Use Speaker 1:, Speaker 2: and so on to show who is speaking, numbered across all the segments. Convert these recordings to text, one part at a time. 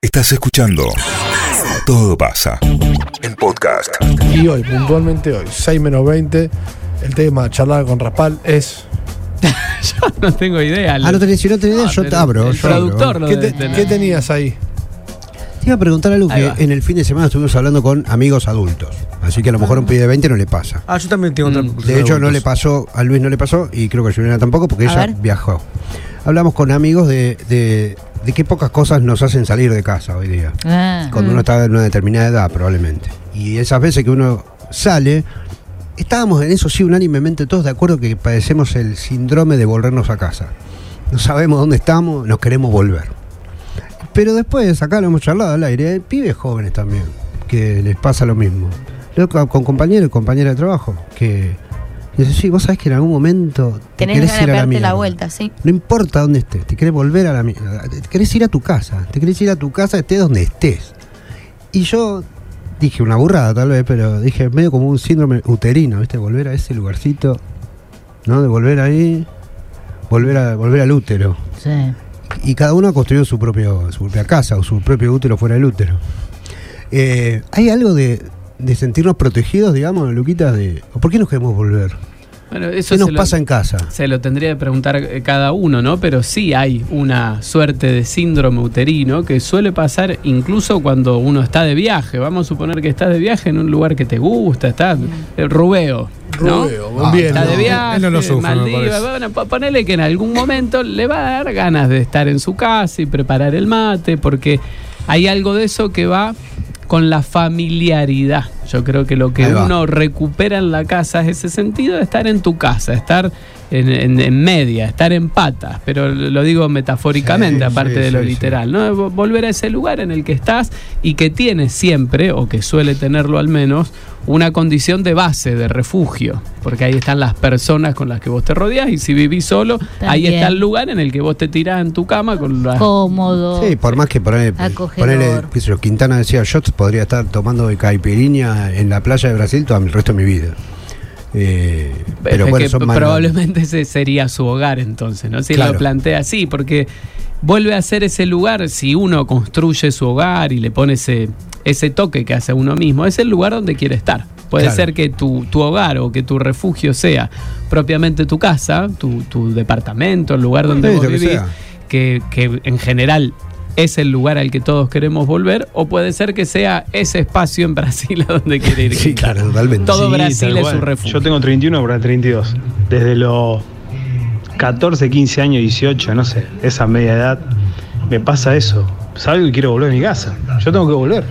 Speaker 1: Estás escuchando Todo pasa en podcast.
Speaker 2: Y hoy, puntualmente hoy, 6 menos 20, el tema charlada con Raspal es.
Speaker 3: Yo no tengo idea.
Speaker 4: Ah, no tenés, si no tenés idea,
Speaker 3: Ah,
Speaker 4: yo
Speaker 3: el-
Speaker 4: te abro.
Speaker 3: el
Speaker 4: yo abro.
Speaker 3: traductor lo
Speaker 2: ¿Qué,
Speaker 3: debe
Speaker 2: te-
Speaker 3: tener.
Speaker 2: qué tenías ahí?
Speaker 4: Te iba a preguntar algo
Speaker 3: Ahí
Speaker 4: que
Speaker 3: va.
Speaker 4: en el fin de semana estuvimos hablando con amigos adultos. Así que a lo mejor a un pibe de 20 no le pasa.
Speaker 5: Ah, yo también tengo otra.
Speaker 3: Mm.
Speaker 4: De hecho, no le pasó, a Luis no le pasó y creo que a Juliana tampoco porque
Speaker 6: A
Speaker 4: ella
Speaker 6: ver.
Speaker 4: viajó. Hablamos con amigos de, de, de qué pocas cosas nos hacen salir de casa hoy día.
Speaker 6: Ah,
Speaker 4: Cuando uno está en una determinada edad, probablemente. Y esas veces que uno sale, estábamos en eso sí unánimemente todos de acuerdo que padecemos el síndrome de volvernos a casa. No sabemos dónde estamos, nos queremos volver. Pero después, acá lo hemos charlado al aire, hay pibes jóvenes también, que les pasa lo mismo. Yo co- con compañeros y compañeras de trabajo, que dicen, sí, vos sabés que en algún momento te
Speaker 6: tenés
Speaker 4: querés
Speaker 6: ganas
Speaker 4: ir a
Speaker 6: de
Speaker 4: la
Speaker 6: pegarte la
Speaker 4: mierda".
Speaker 6: vuelta, sí.
Speaker 4: No importa dónde estés, te querés volver a la mierda. Te querés ir a tu casa, te querés ir a tu casa, estés donde estés. Y yo dije una burrada tal vez, pero dije medio como un síndrome uterino, ¿viste? Volver a ese lugarcito, ¿no? De volver ahí, volver, a, volver al útero.
Speaker 6: Sí.
Speaker 4: Y cada uno ha construido su, propio, su propia casa o su propio útero fuera del útero. Eh, ¿Hay algo de, de sentirnos protegidos, digamos, Luquitas? De, ¿Por qué nos queremos volver?
Speaker 3: Bueno, eso
Speaker 4: ¿Qué nos
Speaker 3: se lo-
Speaker 4: pasa en casa?
Speaker 3: Se lo tendría que preguntar eh, cada uno, ¿no? Pero sí hay una suerte de síndrome uterino que suele pasar incluso cuando uno está de viaje. Vamos a suponer que estás de viaje en un lugar que te gusta, está el rubeo. ¿no? Ah,
Speaker 2: Rubeo, bien.
Speaker 3: Está de
Speaker 2: ¿no?
Speaker 3: viaje,
Speaker 5: él no lo sufre, me
Speaker 3: Maldivas,
Speaker 5: parece.
Speaker 3: bueno, po- ponele que en algún momento le va a dar ganas de estar en su casa y preparar el mate, porque hay algo de eso que va con la familiaridad. Yo creo que lo que
Speaker 4: Ahí va.
Speaker 3: uno recupera en la casa es ese sentido de estar en tu casa, estar en, en- en media, estar en patas, pero lo digo metafóricamente,
Speaker 4: Sí,
Speaker 3: aparte
Speaker 4: sí,
Speaker 3: de lo
Speaker 4: sí, sí.
Speaker 3: literal, ¿no? Vo- Volver a ese lugar en el que estás y que tiene siempre, o que suele tenerlo al menos, una condición de base, de refugio, porque ahí están las personas con las que vos te rodeás y si vivís solo, ahí
Speaker 6: También.
Speaker 3: está el lugar en el que vos te tirás en tu cama con la...
Speaker 6: Cómodo.
Speaker 4: Sí, por más que ponerle,
Speaker 6: Acogedor.
Speaker 4: ponerle, qué sé yo, Quintana decía, yo podría estar tomando de caipirinha en la playa de Brasil todo el resto de mi vida. Eh, pero
Speaker 3: Es
Speaker 4: bueno,
Speaker 3: que
Speaker 4: son manos-
Speaker 3: probablemente ese sería su hogar entonces, ¿no? Si él lo
Speaker 4: Claro.
Speaker 3: plantea así, porque vuelve a ser ese lugar, si uno construye su hogar y le pone ese, ese toque que hace a uno mismo, es el lugar donde quiere estar. Puede
Speaker 4: Claro.
Speaker 3: ser que tu, tu hogar o que tu refugio sea propiamente tu casa, tu, tu departamento, el lugar donde
Speaker 4: Sí,
Speaker 3: vos
Speaker 4: lo que
Speaker 3: vivís,
Speaker 4: sea.
Speaker 3: que, que en general es el lugar al que todos queremos volver, o puede ser que sea ese espacio en Brasil a donde quiere ir.
Speaker 4: Sí, claro, totalmente.
Speaker 3: Todo
Speaker 7: Sí,
Speaker 3: Brasil
Speaker 7: tal
Speaker 3: es
Speaker 7: cual.
Speaker 3: un refugio.
Speaker 7: Yo tengo 31 para 32. Desde los 14, 15 años, 18, no sé, esa media edad, me pasa eso. Salgo y quiero volver a mi casa. Yo tengo que volver.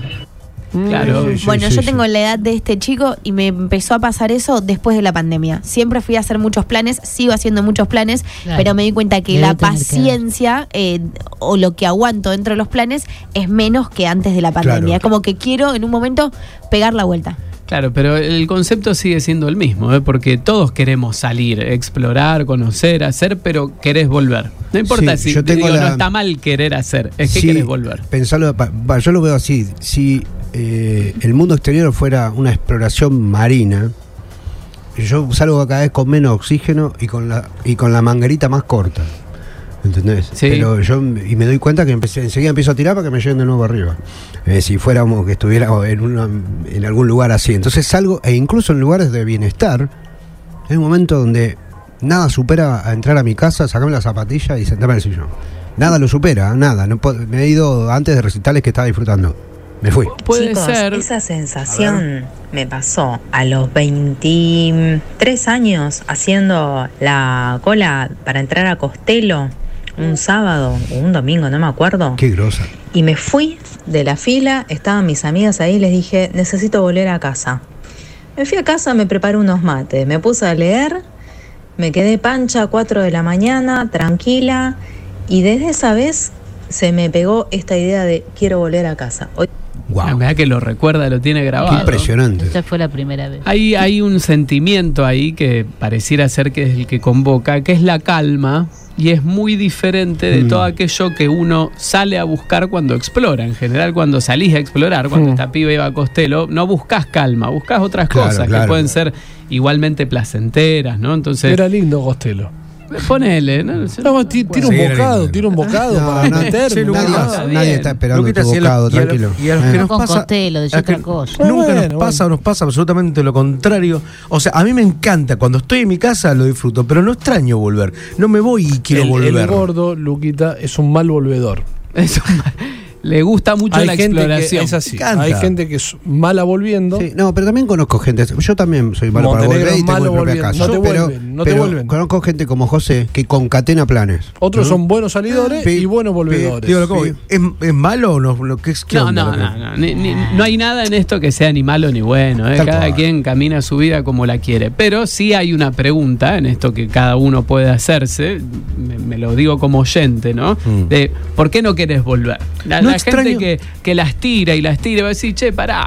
Speaker 3: Claro.
Speaker 2: Sí, sí,
Speaker 6: Bueno,
Speaker 2: sí,
Speaker 6: yo
Speaker 2: sí.
Speaker 6: tengo la edad de este chico y me empezó a pasar eso después de la pandemia. Siempre fui a hacer muchos planes, sigo haciendo muchos planes,
Speaker 8: Claro.
Speaker 6: pero me di cuenta que
Speaker 8: Debe
Speaker 6: la
Speaker 8: tener que ver.
Speaker 6: paciencia eh, o lo que aguanto dentro de los planes es menos que antes de la pandemia.
Speaker 4: Claro.
Speaker 6: Como que quiero en un momento pegar la vuelta.
Speaker 3: Claro, pero el concepto sigue siendo el mismo, ¿eh? porque todos queremos salir, explorar, conocer, hacer, pero querés volver. No importa
Speaker 4: Sí,
Speaker 3: si
Speaker 4: yo tengo
Speaker 3: digo,
Speaker 4: la-
Speaker 3: no está mal querer hacer, es que
Speaker 4: Sí,
Speaker 3: querés volver.
Speaker 4: pensalo, pa- va, yo lo veo así, si eh, el mundo exterior fuera una exploración marina, yo salgo cada vez con menos oxígeno y con la, y con la manguerita más corta. ¿Entendés?
Speaker 3: Sí.
Speaker 4: Pero yo y me doy cuenta que empecé- enseguida empiezo a tirar para que me lleven de nuevo arriba. Eh, si fuéramos que estuviéramos en, una- en algún lugar así. Entonces salgo, e incluso en lugares de bienestar, hay un momento donde nada supera a entrar a mi casa, sacarme la zapatilla y sentarme en el sillón. Nada lo supera, nada. No puedo- me he ido antes de recitales que estaba disfrutando. Me fui.
Speaker 3: Puede
Speaker 9: Chicos,
Speaker 3: ser.
Speaker 9: esa sensación me pasó a los 23 años haciendo la cola para entrar a Costello un sábado o un domingo, no me acuerdo.
Speaker 4: Qué grosa.
Speaker 9: Y me fui de la fila, estaban mis amigas ahí, les dije, necesito volver a casa. Me fui a casa, me preparé unos mates, me puse a leer, me quedé pancha a 4 de la mañana, tranquila, y desde esa vez se me pegó esta idea de quiero volver a casa. Hoy
Speaker 3: La
Speaker 4: Wow.
Speaker 3: verdad Ah, que lo recuerda, lo tiene
Speaker 4: Qué
Speaker 3: grabado.
Speaker 4: impresionante.
Speaker 8: Esa fue la primera vez.
Speaker 3: Hay, hay un sentimiento ahí que pareciera ser que es el que convoca, que es la calma, y es muy diferente
Speaker 4: Mm.
Speaker 3: de todo aquello que uno sale a buscar cuando explora. En general, cuando salís a explorar, cuando esta piba iba a Costello, no buscas calma, buscas otras
Speaker 4: Claro,
Speaker 3: cosas
Speaker 4: claro,
Speaker 3: que pueden
Speaker 4: claro.
Speaker 3: ser igualmente placenteras, ¿no? Entonces,
Speaker 2: Era lindo Costello.
Speaker 3: Ponele, ¿no?
Speaker 2: No, ti- tira un
Speaker 5: Seguir
Speaker 2: bocado,
Speaker 5: alegando.
Speaker 2: tira un bocado
Speaker 4: No,
Speaker 2: para
Speaker 4: no,
Speaker 2: meter.
Speaker 5: che, Lucas,
Speaker 2: nada.
Speaker 5: nada.
Speaker 4: nadie, nadie está esperando
Speaker 5: Luquita,
Speaker 4: tu
Speaker 5: si a los-
Speaker 4: bocado,
Speaker 5: y a los-
Speaker 4: tranquilo.
Speaker 5: y a los que
Speaker 4: Eh.
Speaker 5: nos
Speaker 8: con
Speaker 5: pasa-
Speaker 8: Costello, de
Speaker 5: a los que
Speaker 8: otra cosa.
Speaker 5: Nunca
Speaker 2: Bueno,
Speaker 5: nos
Speaker 2: bueno.
Speaker 5: pasa, nos pasa absolutamente lo contrario. O sea, a mí me encanta. Cuando estoy en mi casa lo disfruto, pero no extraño volver. No me voy y quiero
Speaker 2: el,
Speaker 5: volver.
Speaker 2: el gordo, Luquita, es un mal volvedor.
Speaker 3: Eso, le gusta mucho la
Speaker 2: que
Speaker 3: exploración.
Speaker 2: es así.
Speaker 5: Me encanta.
Speaker 2: Hay gente que es mala volviendo.
Speaker 4: Sí, no, pero también conozco gente. Yo también soy malo
Speaker 2: Montenegro
Speaker 4: para volver y
Speaker 2: es
Speaker 4: tengo mi
Speaker 2: malo
Speaker 4: propia
Speaker 2: volviendo,
Speaker 4: casa.
Speaker 2: no te
Speaker 4: pero,
Speaker 2: vuelven, no te
Speaker 4: pero
Speaker 2: vuelven.
Speaker 4: Conozco gente como José que concatena planes.
Speaker 2: Otros son buenos salidores
Speaker 4: Pe-
Speaker 2: y buenos
Speaker 4: pe-
Speaker 2: volvedores.
Speaker 5: Digo, lo que voy, ¿es, es malo o no? Lo que es, qué
Speaker 3: No,
Speaker 5: onda
Speaker 3: no,
Speaker 5: lo
Speaker 3: no,
Speaker 5: que-
Speaker 3: no, ni- ni- no hay nada en esto que sea ni malo ni bueno. ¿eh?
Speaker 4: Tal
Speaker 3: Cada
Speaker 4: cual.
Speaker 3: quien camina su vida como la quiere. Pero sí hay una pregunta en esto que cada uno puede hacerse, me, me lo digo como oyente, ¿no?
Speaker 5: Mm.
Speaker 3: De por qué no querés volver. La,
Speaker 5: No
Speaker 3: la gente
Speaker 5: extraño-
Speaker 3: que, que las tira y las tira y va a decir, che, pará,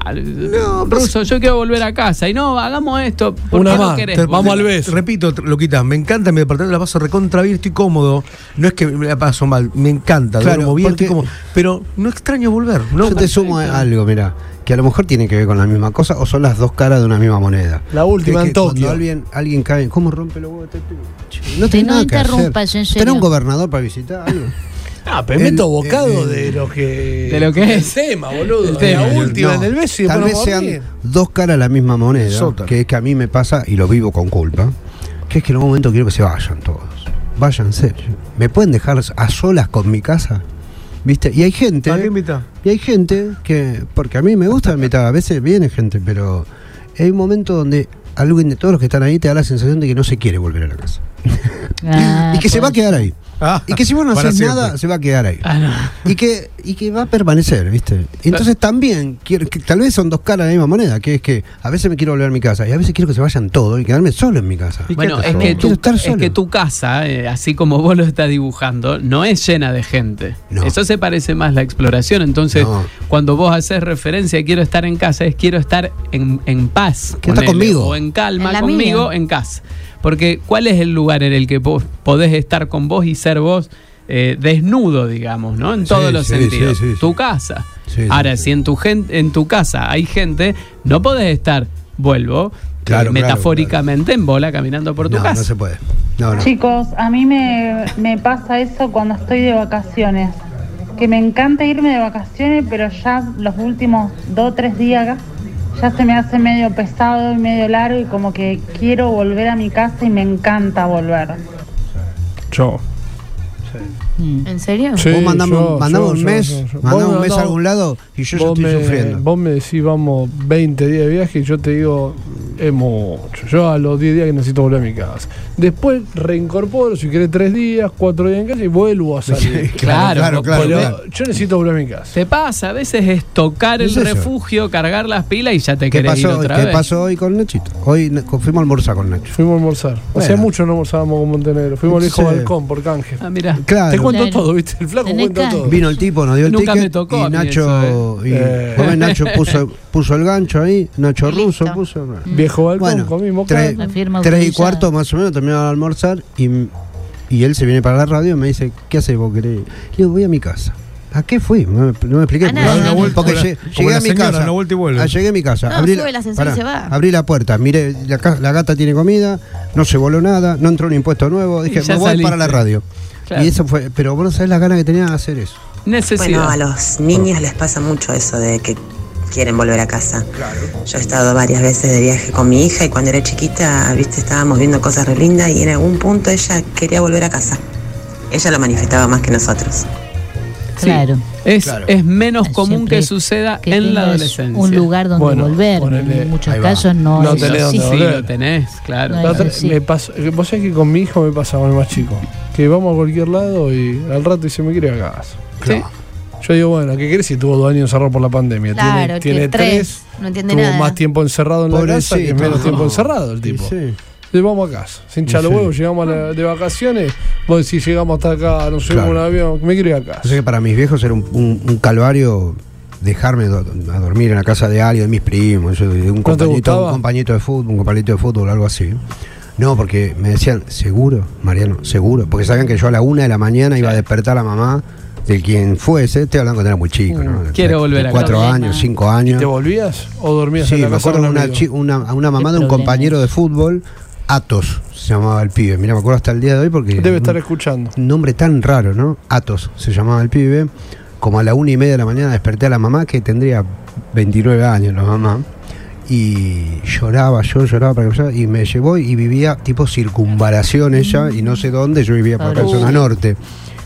Speaker 3: ruso, yo quiero volver a casa. Y no, hagamos esto. ¿Por
Speaker 2: Una
Speaker 3: qué no
Speaker 2: más,
Speaker 3: querés?
Speaker 2: te-
Speaker 3: volver?
Speaker 2: vamos al beso.
Speaker 5: Repito, tr- Loquita, me encanta mi departamento, la paso recontra bien, estoy cómodo. No es que me la paso mal, me encanta,
Speaker 4: Claro,
Speaker 5: duermo bien, estoy
Speaker 4: porque-
Speaker 5: cómodo. Pero no extraño volver, ¿no?
Speaker 4: Yo te sumo a- algo, mira, que a lo mejor tiene que ver con la misma cosa o son las dos caras de una misma moneda.
Speaker 2: La última
Speaker 4: Que-
Speaker 2: en
Speaker 4: que cuando
Speaker 2: Tokio.
Speaker 4: Alguien, alguien cae, ¿cómo rompe los huevos? Te- te- No
Speaker 8: Te
Speaker 4: tenés
Speaker 8: no
Speaker 4: nada que
Speaker 8: interrumpas,
Speaker 4: hacer.
Speaker 8: en serio.
Speaker 4: Tenés un gobernador para visitar algo.
Speaker 2: Ah, pero
Speaker 4: El-
Speaker 2: meto bocado
Speaker 4: el-
Speaker 2: de lo que.
Speaker 3: de lo que
Speaker 2: del
Speaker 3: es.
Speaker 2: tema, boludo.
Speaker 3: El
Speaker 2: De la
Speaker 3: tema.
Speaker 2: última
Speaker 4: No,
Speaker 2: en el beso y después nos
Speaker 4: Tal vez
Speaker 2: vamos a
Speaker 4: sean
Speaker 2: dormir.
Speaker 4: dos caras de la misma moneda,
Speaker 5: Sótano.
Speaker 4: que es que a mí me pasa y lo vivo con culpa, que es que en un momento quiero que se vayan todos. Váyanse. ¿Me pueden dejar a solas con mi casa? ¿Viste? Y hay gente.
Speaker 5: ¿A qué invita?
Speaker 4: Y hay gente que, porque a mí me gusta invitar, a veces viene gente, pero hay un momento donde alguien de todos los que están ahí te da la sensación de que no se quiere volver a la casa.
Speaker 8: Ah,
Speaker 4: y que se va a
Speaker 8: pues.
Speaker 4: quedar ahí.
Speaker 5: Ah,
Speaker 4: Y que si vos no
Speaker 5: para
Speaker 4: haces
Speaker 5: siempre.
Speaker 4: nada, se va a quedar ahí.
Speaker 3: Ah, no.
Speaker 4: Y que, y que va a permanecer, ¿viste? Entonces también, quiero, que tal vez son dos caras de la misma moneda, que es que a veces me quiero volver a mi casa y a veces quiero que se vayan todos y quedarme solo en mi casa.
Speaker 5: ¿Y qué
Speaker 3: Bueno,
Speaker 5: haces
Speaker 3: es
Speaker 5: vos?
Speaker 3: que,
Speaker 4: Quiero
Speaker 3: tu,
Speaker 4: estar
Speaker 3: es
Speaker 4: solo.
Speaker 3: que tu casa, eh, así como vos lo estás dibujando, no es llena de gente.
Speaker 4: No.
Speaker 3: Eso se parece más a la exploración. Entonces,
Speaker 4: No.
Speaker 3: cuando vos haces referencia a quiero estar en casa, es quiero estar en, en paz.
Speaker 4: Quiero estar
Speaker 3: ponele,
Speaker 4: conmigo.
Speaker 3: O en calma
Speaker 6: En la
Speaker 3: conmigo,
Speaker 6: mía.
Speaker 3: en casa. Porque, ¿cuál es el lugar en el que vos podés estar con vos y ser vos eh, desnudo, digamos, ¿no? En
Speaker 4: Sí,
Speaker 3: todos los
Speaker 4: sí,
Speaker 3: sentidos.
Speaker 4: sí, sí, sí.
Speaker 3: Tu casa.
Speaker 4: Sí, sí,
Speaker 3: Ahora,
Speaker 4: sí.
Speaker 3: si en tu, gen- en tu casa hay gente, no podés estar, vuelvo, eh,
Speaker 4: Claro, claro,
Speaker 3: metafóricamente en bola caminando por tu
Speaker 4: no,
Speaker 3: casa.
Speaker 4: no se puede. No, no.
Speaker 10: Chicos, a mí me, me pasa eso cuando estoy de vacaciones. Que me encanta irme de vacaciones, pero ya los últimos dos o tres días ya se me hace medio pesado y medio largo y como que quiero volver a mi casa y me encanta volver.
Speaker 2: Yo.
Speaker 8: Mm.
Speaker 6: ¿En serio?
Speaker 2: Sí,
Speaker 4: vos mandame,
Speaker 2: yo,
Speaker 4: un- mandame
Speaker 2: yo,
Speaker 4: un
Speaker 2: yo,
Speaker 4: mes,
Speaker 2: yo, yo.
Speaker 4: mandame
Speaker 2: Vos
Speaker 4: un mes
Speaker 2: no,
Speaker 4: a algún lado y yo ya
Speaker 2: vos
Speaker 4: estoy
Speaker 2: me-
Speaker 4: sufriendo.
Speaker 2: Vos me decís, vamos 20 días de viaje y yo te digo, es mucho. Yo a los 10 días que necesito volver a mi casa. Después reincorporo, si querés, 3 días, 4 días en casa y vuelvo a salir.
Speaker 3: Claro,
Speaker 4: claro, claro,
Speaker 2: Pero
Speaker 4: claro.
Speaker 2: yo necesito volver a mi casa.
Speaker 3: Te pasa, a veces es tocar el
Speaker 4: Es eso.
Speaker 3: refugio, cargar las pilas y ya te
Speaker 4: ¿Qué
Speaker 3: querés ir
Speaker 4: pasó, hoy?
Speaker 3: otra
Speaker 4: ¿Qué
Speaker 3: vez.
Speaker 4: pasó hoy con Nachito? Hoy ne- fuimos a almorzar con Nacho.
Speaker 2: Fuimos a almorzar. Hacía
Speaker 4: Bueno.
Speaker 2: mucho no almorzábamos con Montenegro. Fuimos al hijo
Speaker 4: Sí.
Speaker 2: balcón por canje.
Speaker 3: Ah, mirá.
Speaker 4: Claro.
Speaker 2: Te cuento
Speaker 8: Claro.
Speaker 2: todo, ¿viste? El flaco
Speaker 8: Tenés
Speaker 2: cuenta
Speaker 8: canje.
Speaker 2: todo.
Speaker 4: Vino el tipo, nos dio el
Speaker 3: Nunca
Speaker 4: ticket
Speaker 3: me tocó a
Speaker 4: y
Speaker 3: mí
Speaker 4: Nacho,
Speaker 3: eso,
Speaker 4: y,
Speaker 2: Eh.
Speaker 4: ¿cómo es? Nacho puso, puso el gancho ahí, Nacho
Speaker 6: Y
Speaker 4: Russo
Speaker 6: listo.
Speaker 4: puso.
Speaker 2: Viejo balcón,
Speaker 4: Bueno,
Speaker 2: comimos
Speaker 4: tres,
Speaker 8: Mm. La firma
Speaker 4: tres y
Speaker 8: autorizada.
Speaker 4: cuarto más o menos terminaba de almorzar y, y él se viene para la radio y me dice, ¿qué haces vos querés? Le digo, voy a mi casa. ¿A qué fui? No me, no me expliqué.
Speaker 6: A
Speaker 4: porque-
Speaker 6: nada. Da una
Speaker 5: vuelta,
Speaker 4: porque
Speaker 5: como
Speaker 4: lle-
Speaker 5: la- como
Speaker 4: llegué
Speaker 5: la
Speaker 4: a mi
Speaker 5: señora,
Speaker 4: casa.
Speaker 5: una vuelta y vuelve.
Speaker 4: Ah, llegué a mi casa.
Speaker 6: No,
Speaker 4: abrí,
Speaker 6: sube el ascensor y
Speaker 4: pará,
Speaker 6: se va.
Speaker 4: abrí la puerta, miré, la, ca- la gata tiene comida, no se voló nada, no entró un impuesto nuevo. Dije,
Speaker 3: ya
Speaker 4: me voy
Speaker 3: saliste.
Speaker 4: para la radio.
Speaker 3: Claro.
Speaker 4: Y eso fue, pero vos no sabés las ganas que tenía de hacer eso.
Speaker 3: Necesidad.
Speaker 11: Bueno, a los niños les pasa mucho eso de que quieren volver a casa. Yo he estado varias veces de viaje con mi hija y cuando era chiquita, viste, estábamos viendo cosas re lindas y en algún punto ella quería volver a casa. Ella lo manifestaba más que nosotros.
Speaker 3: Sí.
Speaker 8: Claro.
Speaker 3: es,
Speaker 4: Claro.
Speaker 3: es menos común
Speaker 8: Siempre
Speaker 3: que suceda
Speaker 8: Que
Speaker 3: en la
Speaker 8: tengas
Speaker 3: adolescencia.
Speaker 8: Un lugar donde
Speaker 2: Bueno,
Speaker 8: volver.
Speaker 2: ponele-
Speaker 8: en muchos
Speaker 4: ahí va.
Speaker 8: casos no,
Speaker 2: No
Speaker 8: es
Speaker 2: tenés donde
Speaker 3: sí,
Speaker 8: así.
Speaker 3: sí,
Speaker 2: volver.
Speaker 3: lo tenés, claro.
Speaker 8: No hay
Speaker 2: La otra-
Speaker 8: Sí.
Speaker 2: me pasó- vos sabés que con mi hijo me pasaba el más chico. Que vamos a cualquier lado y al rato dice, me quiere ir a casa.
Speaker 3: Sí.
Speaker 2: Yo digo, bueno, ¿qué querés si tuvo dos años encerrado por la pandemia?
Speaker 6: Claro,
Speaker 2: tiene tiene
Speaker 6: tiene
Speaker 2: tres,
Speaker 6: tres, no entiende
Speaker 2: tuvo
Speaker 6: nada.
Speaker 2: más tiempo encerrado en la casa que
Speaker 4: Pobrecito.
Speaker 2: menos tiempo
Speaker 4: No.
Speaker 2: encerrado el tipo.
Speaker 4: Sí.
Speaker 2: Y vamos a casa, sin hincha los
Speaker 4: Sí.
Speaker 2: huevos, llegamos a la- de vacaciones, vos decís, llegamos hasta acá, nos subimos
Speaker 4: Claro.
Speaker 2: a un avión, me quiero ir a
Speaker 4: Yo
Speaker 2: casa.
Speaker 4: sé que para mis viejos era un, un- un calvario dejarme do- a dormir en la casa de alguien, de mis primos, yo- de un,
Speaker 2: te
Speaker 4: compañito,
Speaker 2: gustaba?
Speaker 4: un compañito de fútbol, un compañito de fútbol, algo así. No, porque me decían, seguro, Mariano, seguro, porque sabían que yo a la una de la mañana iba a despertar a mamá del quien fuese, estoy hablando cuando era muy
Speaker 2: Mm,
Speaker 4: chico, ¿no? De-
Speaker 3: Quiero
Speaker 4: de
Speaker 3: volver a
Speaker 4: Cuatro
Speaker 8: casa.
Speaker 4: años, cinco años.
Speaker 2: ¿Te volvías o dormías
Speaker 4: Sí,
Speaker 2: en la
Speaker 4: me
Speaker 2: casa de
Speaker 4: acuerdo
Speaker 2: un
Speaker 4: una,
Speaker 2: amigo?
Speaker 4: chi- una, a una mamá
Speaker 8: Qué
Speaker 4: de un
Speaker 8: problema
Speaker 4: compañero
Speaker 8: es.
Speaker 4: de fútbol Atos se llamaba el pibe. Mira, me acuerdo hasta el día de hoy porque.
Speaker 2: Debe estar escuchando.
Speaker 4: Un nombre tan raro, ¿no? Atos se llamaba el pibe. Como a la una y media de la mañana desperté a la mamá, que tendría 29 años la mamá. Y lloraba, yo lloraba para que me Y me llevó y vivía tipo circunvalación ella, y no sé dónde, yo vivía por acá en zona norte.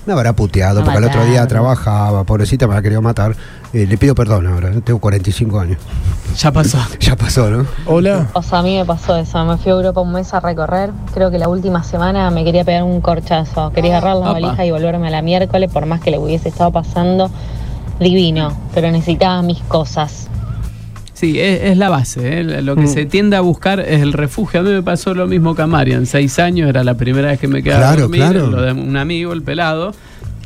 Speaker 4: Me habrá puteado,
Speaker 8: Me
Speaker 4: porque el otro día
Speaker 8: mataron.
Speaker 4: trabajaba, pobrecita, me ha querido matar. Eh, le pido perdón ahora, ¿no? tengo 45 años.
Speaker 3: Ya pasó.
Speaker 4: Ya pasó, ¿no?
Speaker 2: Hola.
Speaker 12: O sea, a mí me pasó eso. Me fui a Europa un mes a recorrer. Creo que la última semana me quería pegar un corchazo. Quería agarrar la
Speaker 13: Apa.
Speaker 12: valija y volverme a la miércoles, por más que le hubiese estado pasando divino. Pero necesitaba mis cosas.
Speaker 3: Sí, es, es la base. ¿eh? Lo que
Speaker 4: Mm.
Speaker 3: se tiende a buscar es el refugio. A mí me pasó lo mismo que a Marian. Seis años era la primera vez que me quedaba
Speaker 4: Claro,
Speaker 3: dormir,
Speaker 4: claro.
Speaker 3: lo de un amigo, el pelado.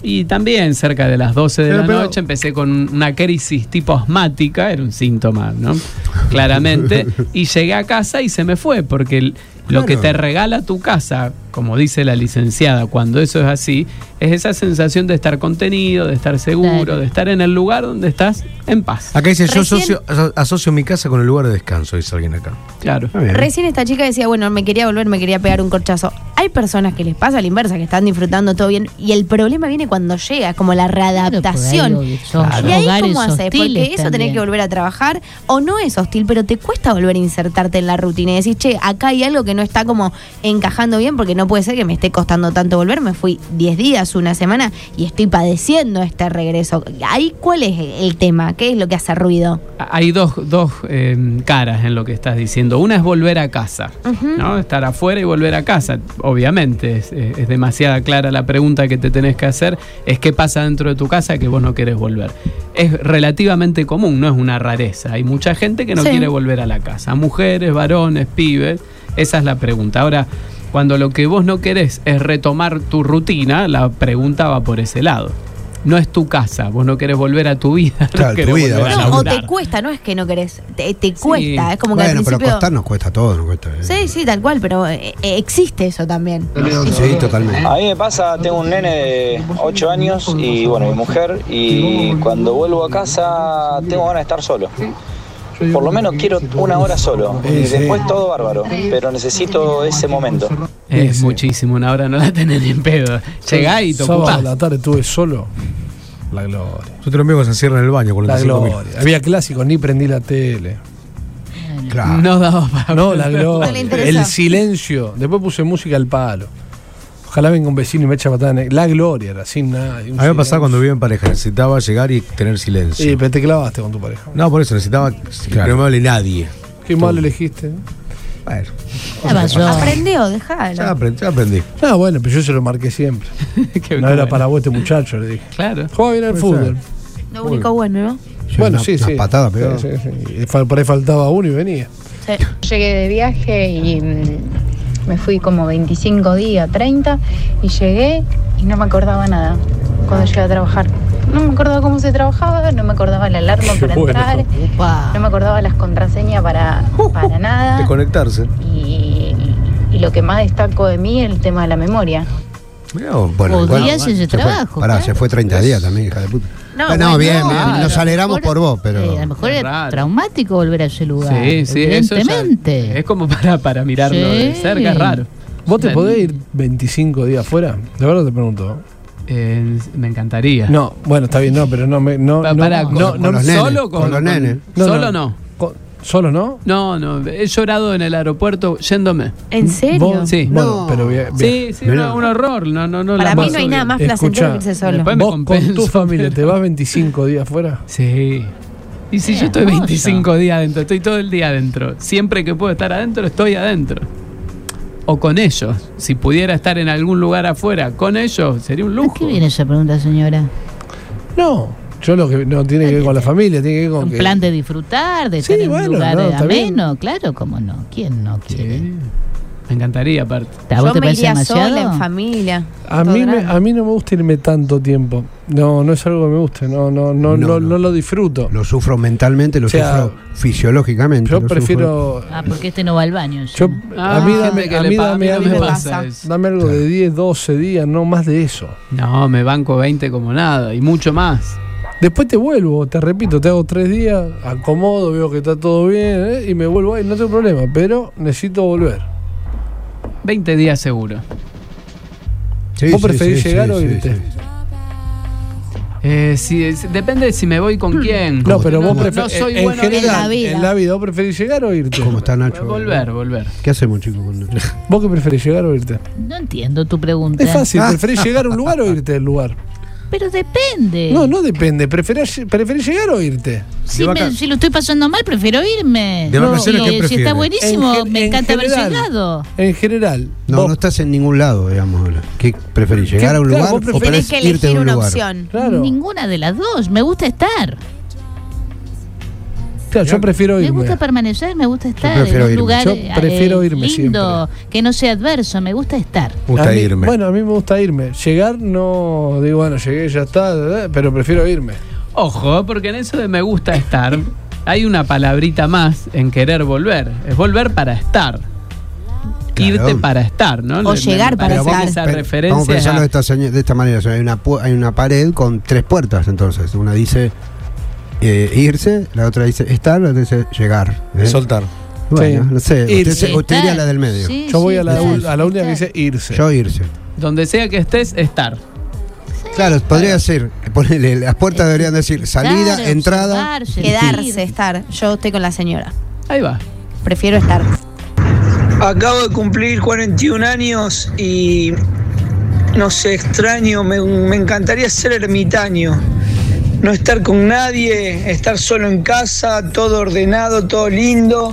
Speaker 3: Y también cerca de las 12 de
Speaker 4: Pero,
Speaker 3: la
Speaker 4: pero-
Speaker 3: noche empecé con una crisis tipo asmática, era un síntoma, ¿no? Claramente. Y llegué a casa y se me fue, porque el- lo
Speaker 14: Claro.
Speaker 3: que te regala tu casa, como dice la licenciada, cuando eso es así, es esa sensación de estar contenido, de estar seguro, de estar en el lugar donde estás en paz.
Speaker 4: Ah,
Speaker 5: Acá dice, yo
Speaker 3: Recién-
Speaker 5: asocio, aso- asocio mi casa con el lugar de descanso, dice alguien acá.
Speaker 3: Claro.
Speaker 6: Recién esta chica decía, bueno, me quería volver, me quería pegar un corchazo. Hay personas que les pasa la inversa, que están disfrutando todo bien, y el problema viene cuando llega, como la readaptación.
Speaker 15: obvio, son
Speaker 6: Y ahí
Speaker 15: lugares
Speaker 6: cómo haces, porque
Speaker 15: hostiles
Speaker 6: eso tenés
Speaker 15: también.
Speaker 6: que volver a trabajar, o no es hostil, pero te cuesta volver a insertarte en la rutina y decís, che, acá hay algo que no está como encajando bien, porque no puede ser que me esté costando tanto volver, me fui 10 días, una semana, y estoy padeciendo este regreso. Ahí, ¿cuál es el tema? ¿Qué es lo que hace ruido?
Speaker 3: Hay dos, dos eh, caras en lo que estás diciendo. Una es volver a casa, ¿no? Estar afuera y volver a casa. Obviamente, es, eh, es demasiada clara la pregunta que te tenés que hacer. Es qué pasa dentro de tu casa que vos no querés volver. Es relativamente común, no es una rareza. Hay mucha gente que no
Speaker 16: Sí.
Speaker 3: quiere volver a la casa. Mujeres, varones, pibes. Esa es la pregunta. Ahora, cuando lo que vos no querés es retomar tu rutina, la pregunta va por ese lado. No es tu casa, vos no querés volver a tu vida. no
Speaker 4: Claro, tu
Speaker 3: querés
Speaker 4: vida,
Speaker 3: volver a
Speaker 4: vas a
Speaker 6: No, o
Speaker 3: laburar.
Speaker 6: te cuesta, no es que no querés, te, te cuesta, es como que
Speaker 4: bueno,
Speaker 6: al
Speaker 4: pero
Speaker 6: principio...
Speaker 4: costar nos cuesta todo, nos cuesta. eh.
Speaker 6: Sí, sí, tal cual, pero eh, eh, existe eso también.
Speaker 4: Sí, totalmente.
Speaker 17: A mí me pasa, tengo un nene de 8 años y bueno, mi mujer, y cuando vuelvo a casa tengo ganas de estar solo. Por lo menos quiero una hora solo. Y después todo bárbaro, pero necesito ese momento.
Speaker 3: Es muchísimo, una hora no la tenés ni en pedo. Llegá y te
Speaker 2: Sábado a
Speaker 3: ocupás.
Speaker 2: la tarde estuve solo. La gloria.
Speaker 5: Yo te lo mío que se encierra en el baño,
Speaker 2: La
Speaker 5: 45 mil.
Speaker 2: gloria. Había clásicos, ni prendí la tele.
Speaker 4: Claro.
Speaker 3: No daba para
Speaker 2: No, la
Speaker 3: No le
Speaker 2: gloria.
Speaker 3: interesó.
Speaker 2: el silencio. Después puse música al palo. Ojalá venga un vecino y me echa patada en el- La gloria era, sin nada.
Speaker 5: A mí me pasaba cuando vivía en pareja, necesitaba llegar y tener silencio.
Speaker 2: Sí, pero te clavaste con tu pareja.
Speaker 5: No, por eso necesitaba que no me hable nadie.
Speaker 2: Qué mal elegiste.
Speaker 5: Bueno.
Speaker 6: Aprendió, dejalo.
Speaker 5: Ya aprendí. ya aprendí.
Speaker 2: Ah, bueno, pero yo se lo marqué siempre.
Speaker 3: Qué
Speaker 2: no era
Speaker 3: bueno.
Speaker 2: para vos este muchacho, le dije.
Speaker 3: Claro.
Speaker 2: Juega bien al
Speaker 6: Puede
Speaker 2: fútbol.
Speaker 6: Lo único bueno, ¿no?
Speaker 2: Bueno,
Speaker 4: una-
Speaker 2: sí,
Speaker 4: una
Speaker 2: sí.
Speaker 4: patada pegaba.
Speaker 2: Sí, sí, sí. Y fal- Por ahí faltaba uno y venía.
Speaker 13: Llegué de viaje y mm, me fui como 25 días, 30, y llegué y no me acordaba nada cuando llegué a trabajar. No me acordaba cómo se trabajaba, no me acordaba la alarma
Speaker 5: Qué
Speaker 13: para
Speaker 5: bueno.
Speaker 13: entrar, no me acordaba las contraseñas para, para nada.
Speaker 5: Desconectarse.
Speaker 13: Y, y lo que más destaco de mí es el tema de la memoria.
Speaker 5: Mirá vos.
Speaker 4: Bueno,
Speaker 13: Podía
Speaker 4: bueno,
Speaker 13: hacer ese
Speaker 4: se fue-
Speaker 13: trabajo,
Speaker 4: Pará, se fue 30 días también, hija de puta.
Speaker 15: No,
Speaker 4: Ah,
Speaker 15: bueno,
Speaker 4: bien,
Speaker 15: no,
Speaker 4: bien,
Speaker 15: a
Speaker 4: nos
Speaker 15: lo
Speaker 4: alegramos
Speaker 15: mejor-
Speaker 4: por vos, pero.
Speaker 15: Eh, a lo mejor era traumático volver a ese lugar.
Speaker 3: Sí, sí, eso ya-
Speaker 15: evidentemente.
Speaker 3: es como para, para mirarlo de
Speaker 15: Sí.
Speaker 3: cerca, es raro.
Speaker 2: ¿Vos te
Speaker 3: Sí.
Speaker 2: podés ir 25 días fuera? De verdad te pregunto.
Speaker 3: Eh, me encantaría.
Speaker 2: No, bueno, está bien, no, pero no me. No,
Speaker 3: Pa-
Speaker 2: no,
Speaker 3: para,
Speaker 2: no,
Speaker 3: con-
Speaker 2: no,
Speaker 3: con
Speaker 2: no,
Speaker 3: los nenes, solo con- con-
Speaker 2: No,
Speaker 3: solo no.
Speaker 2: Con- ¿Solo no?
Speaker 3: No, no, he llorado en el aeropuerto yéndome.
Speaker 6: ¿En serio?
Speaker 2: ¿Vos?
Speaker 3: Sí.
Speaker 2: Bueno, pero bien, bien.
Speaker 3: Sí, sí, no, un horror. No, no, no,
Speaker 6: Para
Speaker 3: la
Speaker 6: mí
Speaker 3: paso
Speaker 6: no hay nada
Speaker 3: bien.
Speaker 6: más placentero que irse solo.
Speaker 3: Después me
Speaker 2: ¿Vos con tu
Speaker 3: compenso.
Speaker 2: familia te vas 25 días fuera?
Speaker 3: Sí. Y si yo estoy 25 días adentro, estoy todo el día adentro. Siempre que puedo estar adentro, estoy adentro. O con ellos. Si pudiera estar en algún lugar afuera con ellos, sería un lujo.
Speaker 15: ¿Qué viene esa pregunta, señora?
Speaker 2: No, yo lo que. No tiene que ver con la familia, tiene que ver con.
Speaker 15: Un
Speaker 2: que-
Speaker 15: plan de disfrutar, de
Speaker 2: Sí,
Speaker 15: estar en
Speaker 2: bueno,
Speaker 15: un lugar
Speaker 2: no, está bien.
Speaker 15: ameno, claro, cómo no. ¿Quién no quiere?
Speaker 3: Me encantaría, aparte.
Speaker 15: ¿A vos
Speaker 6: Yo
Speaker 15: te
Speaker 6: me
Speaker 15: parece
Speaker 6: iría
Speaker 15: demasiado?
Speaker 6: sola, en familia.
Speaker 2: A
Speaker 6: todo
Speaker 2: mí, me-
Speaker 6: grande.
Speaker 2: a mí no me gusta irme tanto tiempo. No, no es algo que me guste. No, no, no, no, no lo disfruto.
Speaker 4: Lo sufro mentalmente, lo
Speaker 2: O sea,
Speaker 4: sufro fisiológicamente.
Speaker 2: Yo
Speaker 4: lo sufro.
Speaker 2: prefiero.
Speaker 15: Ah, porque este no va al baño.
Speaker 2: Yo, a mí dame,
Speaker 3: Ah, gente que
Speaker 2: a
Speaker 3: le
Speaker 2: mí
Speaker 3: pa- a
Speaker 2: dame
Speaker 3: mí no me
Speaker 2: algo,
Speaker 3: pasa eso.
Speaker 2: dame algo de 10, 12 días, no más de eso.
Speaker 3: No, me banco 20 como nada y mucho más.
Speaker 2: Después te vuelvo, te repito, te hago tres días, acomodo, veo que está todo bien ¿eh? y me vuelvo ahí, no tengo problema, pero necesito volver.
Speaker 3: 20 días seguro.
Speaker 2: Sí, ¿Vos preferís llegar o irte?
Speaker 3: Eh, si, es- depende de si me voy con quién.
Speaker 2: Mm. No, pero vos
Speaker 3: no,
Speaker 2: preferís.
Speaker 3: no soy
Speaker 2: en
Speaker 3: bueno
Speaker 2: general,
Speaker 3: en la vida.
Speaker 2: En la vida, ¿vos preferís llegar o irte?
Speaker 4: ¿Cómo está Nacho?
Speaker 3: Volver, volver.
Speaker 4: ¿Qué hacemos, chicos? con Nacho?
Speaker 2: ¿Vos qué preferís llegar o irte?
Speaker 15: No entiendo tu pregunta.
Speaker 2: Es fácil, ¿preferís llegar a un lugar o irte del lugar?
Speaker 15: Pero depende.
Speaker 2: No, no depende. ¿Preferís, preferís llegar o irte?
Speaker 15: Si, me- si lo estoy pasando mal, prefiero irme.
Speaker 2: ¿De vacaciones
Speaker 15: Y-
Speaker 2: qué
Speaker 15: y si
Speaker 2: prefieres?
Speaker 15: está buenísimo,
Speaker 2: En gen-
Speaker 15: me
Speaker 2: en
Speaker 15: encanta haber
Speaker 2: general.
Speaker 15: llegado.
Speaker 2: En general.
Speaker 4: No, no estás en ningún lado, digamos. ahora. ¿Qué preferís? ¿Llegar a un lugar o preferís irte de un lugar?
Speaker 15: Ninguna de las dos. Me gusta estar.
Speaker 2: Claro, yo prefiero
Speaker 15: Me gusta
Speaker 2: irme.
Speaker 15: permanecer, me gusta estar
Speaker 2: prefiero
Speaker 15: en un
Speaker 2: irme.
Speaker 15: lugar
Speaker 2: Yo
Speaker 15: eh,
Speaker 2: prefiero irme
Speaker 15: lindo, que no sea adverso, me gusta estar.
Speaker 2: A mí- Bueno, a mí me gusta irme. Llegar no. Digo, bueno, llegué, ya está, eh, pero prefiero irme.
Speaker 3: Ojo, porque en eso de me gusta estar, hay una palabrita más en querer volver. Es volver para estar. Irte para estar, ¿no?
Speaker 6: O llegar para
Speaker 3: parece
Speaker 6: estar.
Speaker 3: que Esa
Speaker 4: Pe-
Speaker 3: referencia
Speaker 4: Vamos a pensarlo
Speaker 3: a-
Speaker 4: de esta, seña- de esta manera. o sea, hay, una pu- hay una pared con tres puertas, entonces. Una dice eh, irse, la otra dice estar, la otra dice llegar. ¿eh?
Speaker 5: Soltar.
Speaker 4: Bueno,
Speaker 2: Sí.
Speaker 4: no sé. Usted,
Speaker 2: Irse.
Speaker 4: se- usted diría la del medio.
Speaker 15: Sí,
Speaker 2: Yo voy a la,
Speaker 4: sí,
Speaker 2: ul-
Speaker 4: sí.
Speaker 2: a la única que dice irse.
Speaker 4: Yo irse.
Speaker 3: Donde sea que estés, estar.
Speaker 4: Claro, podría ser. ponele, las puertas deberían decir salida,
Speaker 6: Claro,
Speaker 4: entrada.
Speaker 6: observarse, Quedarse, estar. Yo estoy con la señora.
Speaker 3: Ahí va.
Speaker 6: Prefiero estar.
Speaker 14: Acabo de cumplir 41 años y no sé, extraño, me, me encantaría ser ermitaño. No estar con nadie, estar solo en casa, todo ordenado, todo lindo.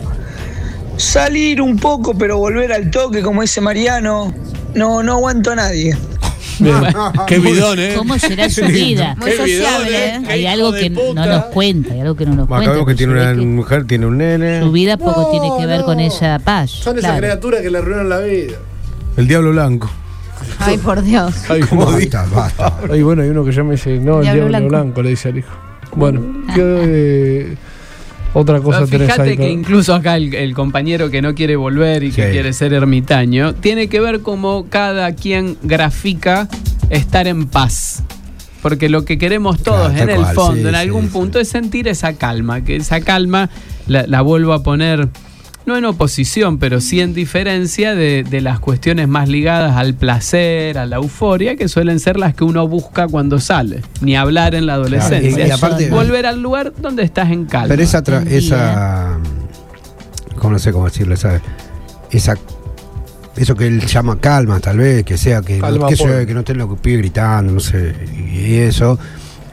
Speaker 14: Salir un poco, pero volver al toque, como dice Mariano. No, no aguanto a nadie.
Speaker 2: Bien. Qué
Speaker 15: ¿Cómo-
Speaker 2: bidón, ¿eh?
Speaker 15: ¿Cómo será su
Speaker 2: Qué
Speaker 15: vida?
Speaker 2: lindo. Muy Qué sociable, bidón, ¿eh? ¿eh?
Speaker 15: Hay
Speaker 2: Qué
Speaker 15: algo
Speaker 2: hijo de
Speaker 15: que no
Speaker 2: puta.
Speaker 15: nos cuenta, hay algo que no nos cuenta.
Speaker 5: Acabemos que
Speaker 15: pero
Speaker 5: tiene
Speaker 15: se ve
Speaker 5: una
Speaker 15: que
Speaker 5: mujer, tiene un nene.
Speaker 15: Su vida poco
Speaker 2: No,
Speaker 15: tiene que ver
Speaker 2: no.
Speaker 15: con esa paz.
Speaker 2: Son esas
Speaker 15: claro.
Speaker 2: criaturas que le arruinan la vida.
Speaker 5: El diablo blanco.
Speaker 6: Ay, por Dios.
Speaker 2: Ay,
Speaker 4: ¿Cómo
Speaker 2: no.
Speaker 4: basta, basta.
Speaker 2: Ay, bueno, hay uno que ya me dice, no, el
Speaker 6: Diablo
Speaker 2: diablo
Speaker 6: blanco.
Speaker 2: blanco. le dice al hijo. Bueno,
Speaker 15: Ah.
Speaker 2: ¿qué eh, otra cosa
Speaker 3: Pero
Speaker 2: tenés
Speaker 3: fíjate
Speaker 2: ahí?
Speaker 3: que
Speaker 2: con-
Speaker 3: incluso acá el, el compañero que no quiere volver y que
Speaker 2: Sí.
Speaker 3: quiere ser ermitaño, tiene que ver cómo cada quien grafica estar en paz. Porque lo que queremos todos
Speaker 16: Claro,
Speaker 3: en
Speaker 16: tal
Speaker 3: el
Speaker 16: cual,
Speaker 3: fondo,
Speaker 16: sí,
Speaker 3: en
Speaker 16: sí,
Speaker 3: algún
Speaker 16: sí.
Speaker 3: punto, es sentir esa calma, que esa calma la, la vuelvo a poner, no en oposición, pero sí en diferencia de, de las cuestiones más ligadas al placer, a la euforia, que suelen ser las que uno busca cuando sale. Ni hablar en la adolescencia.
Speaker 4: y aparte-
Speaker 3: volver al lugar donde estás en calma.
Speaker 4: Pero esa, tra- esa como no sé cómo decirlo, ¿sabes? Esa eso que él llama calma, tal vez, que sea que,
Speaker 2: Calma
Speaker 4: no, que, se-
Speaker 2: pura.
Speaker 4: que no estén los pibes gritando, no sé, y eso.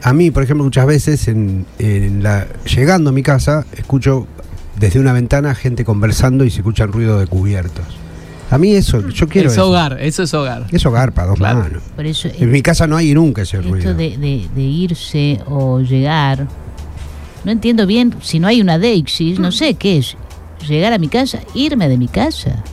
Speaker 4: A mí, por ejemplo, muchas veces en, en la llegando a mi casa escucho desde una ventana gente conversando y se escuchan ruido de cubiertos. A mí eso, yo quiero
Speaker 3: es
Speaker 4: eso.
Speaker 3: hogar, eso es hogar.
Speaker 4: Eso garpa, dos manos.
Speaker 15: Por eso
Speaker 4: En mi casa no hay nunca ese
Speaker 15: esto
Speaker 4: ruido.
Speaker 15: de, de- de irse o llegar, no entiendo bien, si no hay una deixis,
Speaker 2: Mm.
Speaker 15: no sé qué es. Llegar a mi casa, irme de mi casa.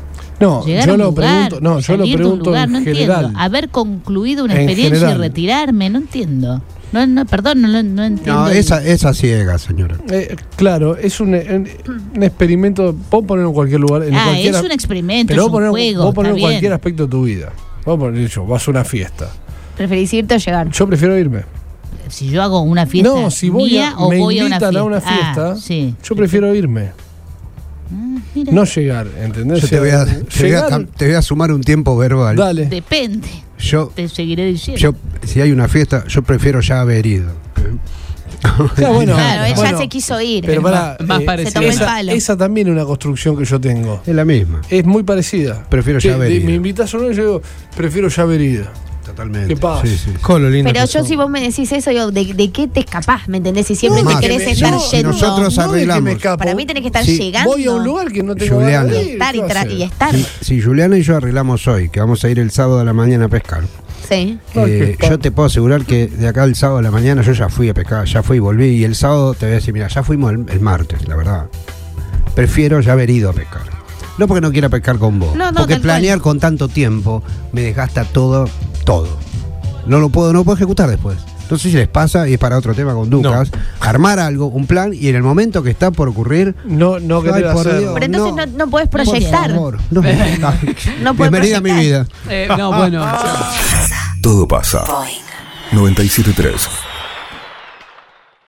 Speaker 2: No,
Speaker 15: Llegar
Speaker 2: yo
Speaker 15: a un
Speaker 2: lo
Speaker 15: lugar,
Speaker 2: pregunto, no, yo lo
Speaker 15: salir de un
Speaker 2: pregunto
Speaker 15: lugar,
Speaker 2: en
Speaker 15: no
Speaker 2: general.
Speaker 15: entiendo. Haber concluido una
Speaker 4: En
Speaker 15: experiencia y
Speaker 4: general.
Speaker 15: retirarme, no entiendo. No, no, perdón, no, lo- no entiendo.
Speaker 4: No,
Speaker 15: el-
Speaker 4: esa, esa ciega, señora.
Speaker 2: Eh, claro, es un, un- un experimento. Vos ponerlo en cualquier lugar. En
Speaker 15: Ah,
Speaker 2: cualquier,
Speaker 15: es un experimento,
Speaker 2: pero vos
Speaker 15: es un
Speaker 2: ponerlo-
Speaker 15: juego,
Speaker 2: Vos ponerlo
Speaker 15: está
Speaker 2: en cualquier
Speaker 15: bien.
Speaker 2: aspecto de tu vida. Vos poner, yo, vas a una fiesta.
Speaker 6: ¿Preferís irte o llegar?
Speaker 2: Yo prefiero irme.
Speaker 15: Si yo hago una fiesta
Speaker 2: no, si voy
Speaker 15: mía
Speaker 2: a,
Speaker 15: o
Speaker 2: me
Speaker 15: voy a una
Speaker 2: invitan
Speaker 15: fiesta.
Speaker 2: a una fiesta,
Speaker 15: Ah, sí.
Speaker 2: yo prefiero irme.
Speaker 15: mira.
Speaker 2: No llegar, ¿entendés?
Speaker 4: Yo te voy, a,
Speaker 2: Llegar-
Speaker 4: te voy a cam- te voy a sumar un tiempo verbal.
Speaker 2: Dale.
Speaker 15: Depende,
Speaker 4: Yo,
Speaker 15: te seguiré diciendo.
Speaker 4: yo, si hay una fiesta, yo prefiero ya haber ido. ¿eh?
Speaker 2: Ya, Ah, bueno,
Speaker 6: Claro, ella
Speaker 2: bueno,
Speaker 6: se quiso ir.
Speaker 2: Pero para,
Speaker 6: más Se tomó el
Speaker 2: esa,
Speaker 6: palo.
Speaker 2: esa también es una construcción que yo tengo.
Speaker 4: Es la misma.
Speaker 2: Es muy parecida.
Speaker 4: Prefiero
Speaker 2: Che,
Speaker 4: ya haber
Speaker 2: de-
Speaker 4: ido.
Speaker 2: Me invitas a uno y yo digo, prefiero ya haber ido.
Speaker 4: Totalmente.
Speaker 2: ¿Qué pasa?
Speaker 4: Sí, sí.
Speaker 6: Pero yo, si vos me decís eso, yo, ¿de, de qué te escapás? ¿Me entendés? Si siempre
Speaker 4: No,
Speaker 6: te
Speaker 4: más,
Speaker 6: querés
Speaker 4: que me-
Speaker 6: estar
Speaker 4: no, si
Speaker 6: yendo.
Speaker 4: nosotros
Speaker 6: No de que me
Speaker 4: arreglamos.
Speaker 6: escapo. Para mí tenés que estar
Speaker 4: Sí.
Speaker 6: llegando.
Speaker 2: Voy a un lugar que no tengo
Speaker 4: Juliana.
Speaker 2: ganas de ir,
Speaker 6: Estar y,
Speaker 2: ¿qué vas a
Speaker 6: tra-
Speaker 2: hacer?
Speaker 6: y estar.
Speaker 4: Si, si Juliana y yo arreglamos hoy, que vamos a ir el sábado a la mañana a pescar,
Speaker 6: Sí.
Speaker 4: eh, yo te puedo asegurar que de acá al sábado a la mañana yo ya fui a pescar, ya fui y volví. Y el sábado te voy a decir, mira, ya fuimos el, el martes, la verdad. Prefiero ya haber ido a pescar. No porque no quiera pescar con vos,
Speaker 6: No, no,
Speaker 4: porque
Speaker 6: tal cual.
Speaker 4: planear con tanto tiempo me desgasta todo, todo. No lo puedo, no lo puedo ejecutar después. No sé si les pasa, y es para otro tema con Ducas, armar algo, un plan, y en el momento que está por ocurrir,
Speaker 2: No, no
Speaker 4: Ay,
Speaker 2: querés
Speaker 4: por
Speaker 2: hacer.
Speaker 4: Dios.
Speaker 6: Pero entonces no, no podés
Speaker 4: Por
Speaker 6: proyectar.
Speaker 4: favor, no me-
Speaker 6: No podés
Speaker 4: Bienvenida a mi vida.
Speaker 6: proyectar.
Speaker 3: Eh, no, bueno.
Speaker 1: Todo pasa. 973.